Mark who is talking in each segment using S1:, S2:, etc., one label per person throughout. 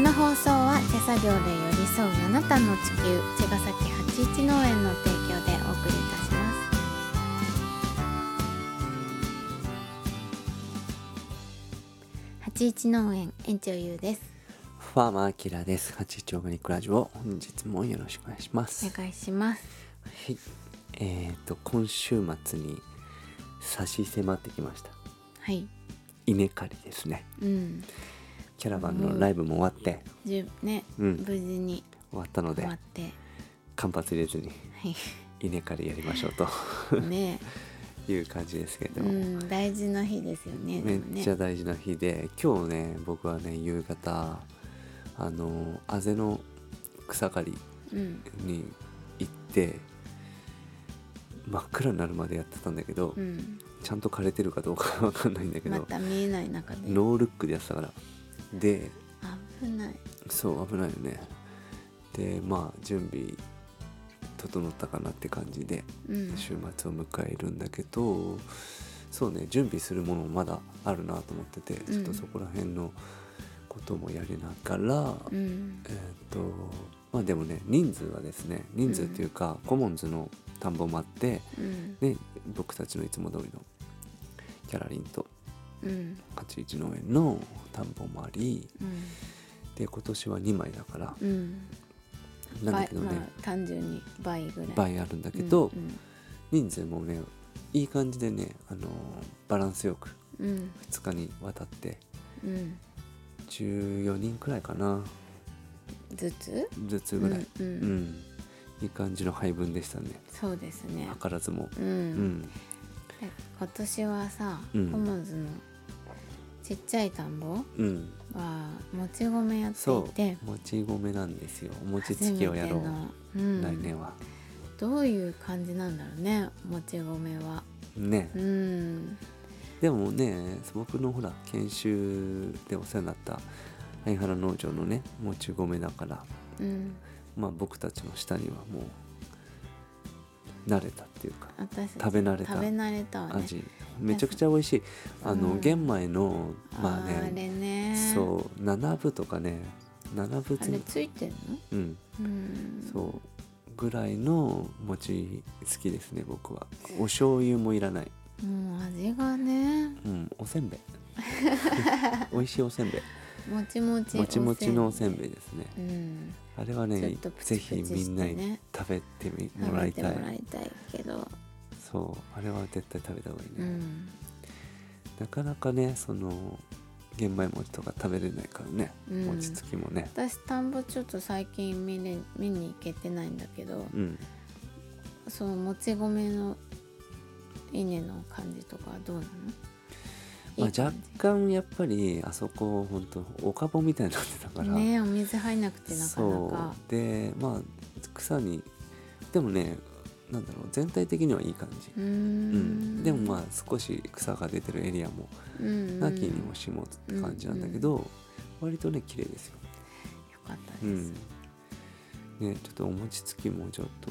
S1: の放送は手作業で寄り添うあなたの地球茅ヶ崎八一農園の提供でお送りいたします八一農園園長ゆうです
S2: ファーマーアキラです。八丁ガニックラジオ、本日もよろしくお願いします。
S1: お願いします
S2: はい。えっ、と、今週末に差し迫ってきました。
S1: はい
S2: 稲刈りですね。
S1: うん
S2: キャラバンのライブも終わって、
S1: じゅね、
S2: うん
S1: 無事に
S2: 終わったの
S1: 終
S2: で
S1: わ、っては
S2: 間髪入れずに
S1: い
S2: 稲刈りやりましょう と
S1: ね
S2: いう感じ ですけれ
S1: う
S2: ども、
S1: ん大事な日ですよね
S2: めっちゃ
S1: でもね
S2: 大事な日で、今日ね、僕はね、夕方、あの、あぜの草刈り
S1: うん
S2: に行って、真っ暗になるまでやってたんだけど、
S1: うん
S2: ちゃんと枯れてるかどうかわかんないんだけど、
S1: また見えない中で
S2: ノールックでやってたからで
S1: 危ない
S2: そう危ないよねでまあ準備整ったかなって感じで
S1: うん
S2: 週末を迎えるんだけど、そうね準備するものもまだあるなと思ってて、
S1: ん
S2: ちょっとそこら辺のこともやりながら、
S1: うん
S2: えーっとまあでもね人数はですね人数っていうか、コモンズの田んぼもあって、
S1: うん
S2: ね、僕たちのいつも通りのキャラリンと
S1: うん
S2: 81農園の田んぼもあり
S1: うん
S2: で今年は2枚だから
S1: うん
S2: なんだけど
S1: 倍ま
S2: ね
S1: あ、単純に倍ぐらい
S2: 倍あるんだけど、
S1: うん
S2: 人数もねいい感じでね、あのーバランスよく
S1: うん
S2: 2日にわたって
S1: うん
S2: 14人くらいかな
S1: ずつ
S2: ずつぐらい、
S1: うん
S2: う
S1: うん
S2: んいい感じの配分でしたね
S1: そうですね
S2: 図らずも。
S1: うん、
S2: うん
S1: で今年はさ、
S2: うん
S1: コモンズのちっちゃい田んぼ
S2: うん、
S1: はもち米やってい
S2: そ
S1: て
S2: うもち米なんですよお餅つきをやろう
S1: 初めてのうん、
S2: 来年は
S1: どういう感じなんだろうねもち米は
S2: ね、
S1: うん
S2: でもね僕のほら研修でお世話になった相原農場のねもち米だから
S1: うん
S2: まあ僕たちの下にはもう慣れたっていうか
S1: 私
S2: 食べ慣れ
S1: 食べ
S2: た
S1: 慣れたわね
S2: 味、めちゃくちゃ美味しいあの、
S1: うん
S2: 玄米のまあ
S1: あれ
S2: ね
S1: ね
S2: そう7分とかね7分
S1: あ
S2: つ
S1: れついてんの
S2: うん
S1: うん
S2: そうぐらいの餅好きですね僕 はお醤油もいらない、
S1: もう味がね
S2: うん、おせんべ い美味しいおせんべい
S1: もちもち
S2: もちもちのお
S1: お
S2: せ
S1: せん
S2: ん
S1: べい
S2: べいですね
S1: うん
S2: あれは
S1: ちょ
S2: ね
S1: っとプチ
S2: ぜ
S1: プチして
S2: ひ
S1: ね
S2: みんなに食べてみもらいたい
S1: 食べてもらいたいけど
S2: そうあれは絶対食べた方がいいうね、
S1: ん
S2: なかなかねその玄米餅とか食べれないからね、
S1: うん
S2: 餅つきもね
S1: 私田んぼちょっと最近見れ見に行けてないんだけど
S2: うん
S1: そうもち米の稲の感じとかはどうなの
S2: まあ
S1: いい、感
S2: 若
S1: じ
S2: 干やっぱりあそこほんとおかぼみたいになってたから、
S1: ねえお水入んなくてなかなか
S2: そうでまあ草にでもねなんだろう全体的にはいい感じ、
S1: うー
S2: うん
S1: ん
S2: でもまあ少し草が出てるエリアも
S1: うんうん
S2: なきにもしもって感じなんだけど、割とね綺麗ですよ
S1: よかったです、
S2: うん、ねちょっとお餅つきもちょっと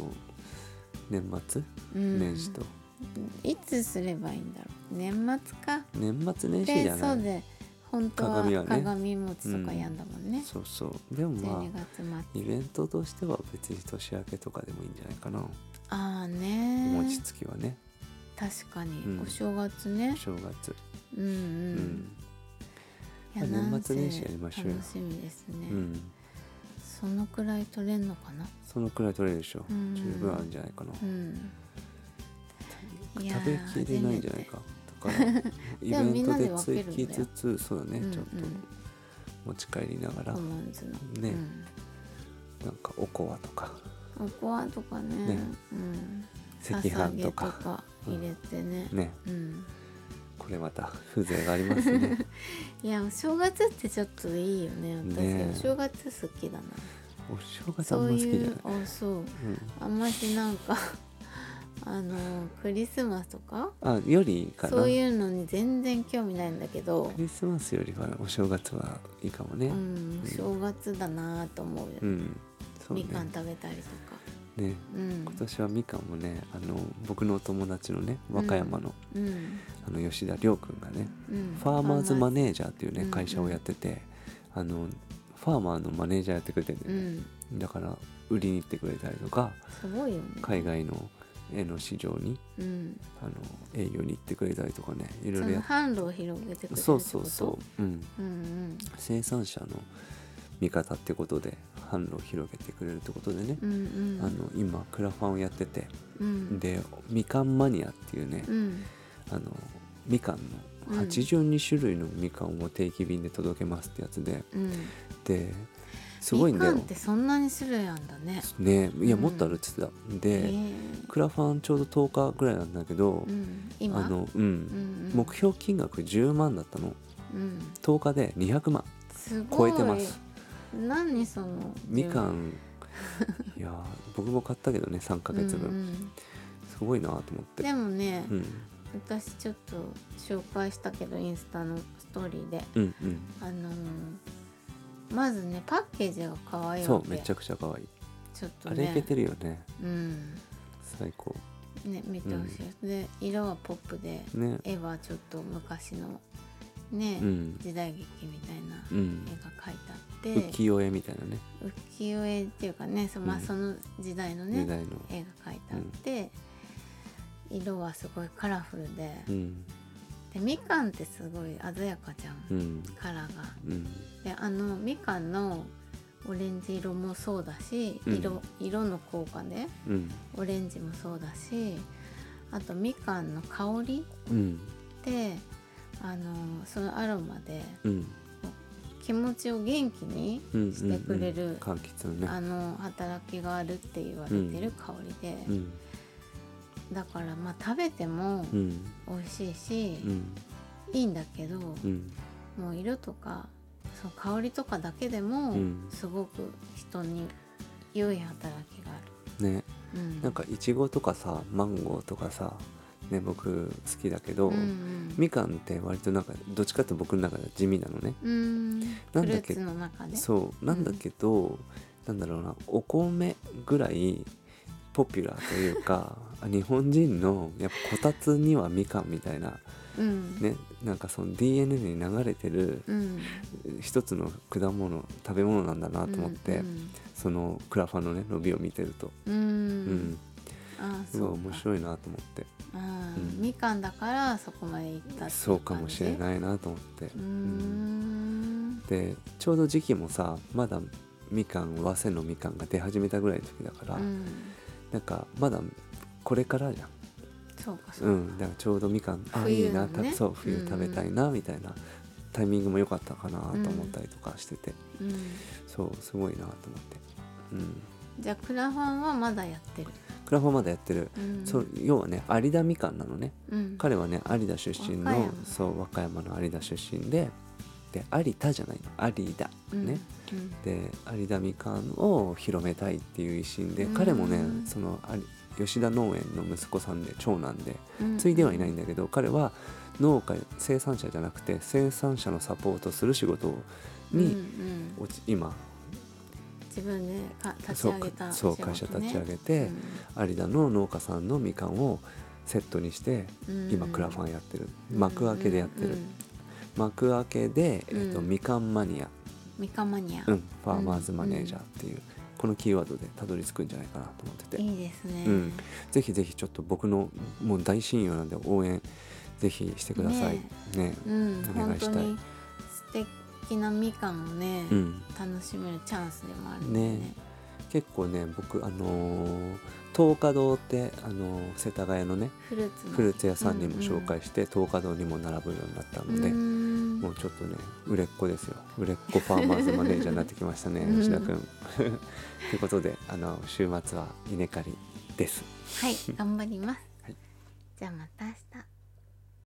S2: 年末
S1: うん
S2: 年始と、
S1: いつすればいいんだろう年末か
S2: 年末年始じ
S1: で
S2: ゃな
S1: そ
S2: いう
S1: で本当は
S2: 鏡はね
S1: 鏡餅とかやんだもんね、
S2: そうそうでもま
S1: 12
S2: あ
S1: 月末
S2: イベントとしては別に年明けとかでもいいんじゃないかな、
S1: ああ
S2: お
S1: ね
S2: 餅つきはね
S1: 確かに、
S2: うん
S1: お正月ね
S2: 正月
S1: うんう
S2: うんん、、
S1: いや
S2: まあ
S1: なん
S2: 年
S1: せ
S2: 末年始やりましょうよ
S1: 楽しみです
S2: う
S1: ね、
S2: ん
S1: そのくらい取れんのかな
S2: そのくらい取れるでしょ、
S1: うん
S2: 十分あるんじゃないかな、
S1: うんいや
S2: 食
S1: ー
S2: べきれないんじゃないかだからイベ
S1: み
S2: ン
S1: ん
S2: ト
S1: なで
S2: で
S1: 分け
S2: つ
S1: るんだよ
S2: きつつそうだね、
S1: うん
S2: ちょっと持ち帰りながら、
S1: コモンズの
S2: ねなんかおこわと か
S1: うん、おこわとかね
S2: ね
S1: うん
S2: 赤飯と
S1: ささげ
S2: か
S1: 入れてね、
S2: ね
S1: うん
S2: これまた風情がありますね
S1: いやお正月ってちょっといいよね私
S2: ねえ
S1: お正月好きだな
S2: お正月
S1: そ
S2: あんま
S1: う
S2: 好きじゃない
S1: いうあそうあんましなんか あのクリスマスとか
S2: うん、あよりかな
S1: そういうのに全然興味ないんだけど
S2: ク、リスマスよりはお正月はいいかもね
S1: う。ん、お正月だなと思うよ、
S2: うん、そうね
S1: みかん食べたりとか、
S2: ね
S1: うん、
S2: 今年はみかんもねあの僕のお友達のね和歌山の,、
S1: うん
S2: あの吉田亮君がね、
S1: うん
S2: ファーマーズマネージャーっていう
S1: う
S2: ね
S1: ん
S2: 会社をやってて、あのファファーマーのマネージャーやってくれてるんだ
S1: う
S2: よね、
S1: ん
S2: だから売りに行ってくれたりとか
S1: すごいよね
S2: 海外の絵の市場に
S1: うん
S2: あの営業に行ってくれたりとかねいろ
S1: そ
S2: いろや
S1: の
S2: っ
S1: 販路を広げてくれるってこと
S2: そうそうそう、うん、
S1: うん
S2: 生産者の味方ってことで販路を広げてくれるってことでね
S1: う、んうんうん
S2: あの今クラファンをやってて
S1: うん
S2: でみかんマニアっていうね、
S1: うん
S2: あのみかんの82種類のみかんを定期便で届けますってやつで
S1: うん
S2: ですごいんだ
S1: み
S2: よ
S1: かんってそんなに種類あんだね
S2: ねいや
S1: うん
S2: もっとあるって言ってた
S1: へ
S2: で、
S1: え
S2: クラファンちょうど10日ぐらいなんだけど、
S1: うん今
S2: あのう、
S1: うんんうん
S2: 目標金額10万だったの
S1: うん
S2: 10日で200万
S1: すご
S2: 超
S1: い
S2: えてます
S1: 何その
S2: みか んいやー僕も買ったけどね3ヶ月分、
S1: うんうん
S2: すごいなと思って
S1: でもね
S2: うん、
S1: 私ちょっと紹介したけどインスタのストーリーで
S2: うんうん
S1: あのーまずねパッケージが可愛い
S2: そ
S1: わ
S2: うめ
S1: け
S2: ちゃくちゃ可愛い
S1: ちょっと
S2: あれい
S1: ね
S2: けてるよね
S1: うん
S2: 最高
S1: ね見てほしい、で色はポップで
S2: ね
S1: 絵はちょっと昔のね、
S2: うん
S1: 時代劇みたいな
S2: うん
S1: 絵が描いてあって、
S2: 浮世絵みたいなね
S1: 浮世絵っていうかねそ,、ま
S2: う
S1: あ、
S2: ん
S1: その時代のね、
S2: 時代の
S1: 絵が描いてあって、色はすごいカラフルで,、
S2: うん
S1: でみかんってすごい鮮やかじゃん、
S2: うん
S1: カラーが。
S2: うん
S1: であのみかんのオレンジ色もそうだし
S2: うん
S1: 色,、色の効果ね
S2: うん
S1: オレンジもそうだしあとみかんの香り
S2: うん
S1: ってあのそのアロマで
S2: うん
S1: 気持ちを元気に
S2: うん
S1: してくれ
S2: うんうん
S1: る、
S2: 柑橘のね
S1: あの働きがあるって言われてる香りで、
S2: うん
S1: だからまあ食べても
S2: うん
S1: 美味しいし、
S2: うん
S1: いいんだけど、
S2: うん
S1: もう色とかその香りとかだけでも、
S2: うん
S1: すごく人に良い働きがあ
S2: ね
S1: る。うん、
S2: なんかいちごとかさマンゴーとかさね僕好きだけど、
S1: うんうん
S2: みかんって割となんかどっちかって僕の中では地味なのね
S1: うん
S2: な
S1: フ
S2: ん
S1: ル
S2: だ
S1: ー
S2: け
S1: ツの中で
S2: そうなんだけど、なんだろうなお米ぐらいポピュラーとい うか日本人のやっぱこたつにはみかんみたいな
S1: うん
S2: ねなんかその DNA に流れてる
S1: うん、
S2: 一つの果物食べ物なんだなと思って、
S1: うん
S2: そのクラファンのね伸びを見てると、
S1: うん、
S2: うん
S1: うんあー
S2: すごい
S1: そう
S2: 面
S1: か
S2: 白いなと思って
S1: あー
S2: うん
S1: みかんだからそこまで行ったってい感じ
S2: そうかもしれ
S1: う
S2: ないなと思って
S1: ー。ん
S2: でちょうど時期もさまだみかん早生のみかんが出始めたぐらいの時だから、
S1: うん
S2: なんかまだこれからじゃん、
S1: そうかそううか
S2: ん、だからちょうどみかんあい
S1: 冬
S2: いな、
S1: の
S2: た
S1: ね
S2: そう冬食べたいなみたいなタイミングも良かったかなと思ったりとかしてて、
S1: うん
S2: そうすごいなと思って、うん、
S1: じゃあクラファンはまだやってる、
S2: クラファンまだやってる、
S1: うん、
S2: そう要はね有田みかんなのね
S1: うん、
S2: 彼はね有田出身
S1: 和歌
S2: の
S1: 山
S2: そう和歌山の有田出身でで有田じゃないの有田
S1: うん
S2: ね、、
S1: うん
S2: で有田みかんを広めたいっていう一心で、
S1: うん
S2: 彼もねそのあり吉田農園の息子さんで長男で
S1: うん
S2: 継いではいないんだけど、彼は農家生産者じゃなくて生産者のサポートする仕事
S1: うんう
S2: に
S1: ん、
S2: 落ち、今
S1: 自分でか立ち
S2: そう
S1: 上げた
S2: そう
S1: 仕
S2: 会社
S1: 事
S2: 立
S1: ね
S2: ち上げて、有田の農家さんのみかんをセットにして
S1: うん
S2: 今クラファ
S1: ン
S2: ンやってる、幕開けでやってる、
S1: うんうん
S2: 幕開けで、えっと
S1: うん
S2: みかんマニア
S1: みかんマニア、
S2: うん、ファーマーズマネージャーっていう、このキーワードでたどり着くんじゃないかなと思ってて、
S1: いいですね、
S2: うんぜひぜひちょっと僕のもう大親友なんで応援ぜひしてください
S1: ね
S2: ね
S1: うん、
S2: お願
S1: 本
S2: いした
S1: 当
S2: い
S1: に素敵なみかんをね、
S2: うん、
S1: 楽しめるチャンスでもあるんで
S2: ね結構ね僕あのー東華堂って、あのー世田谷のね
S1: フルーツの
S2: フルーツ屋さんにも紹介して、東華堂にも並ぶようになったので、
S1: うん
S2: もうちょっとね売れっ子ですよ売れっ子ファーマーズマネージャーになってきましたね
S1: うん
S2: 吉田君。 ということであの週末は稲刈りです。
S1: はい頑張ります、
S2: はい
S1: じゃあまた明日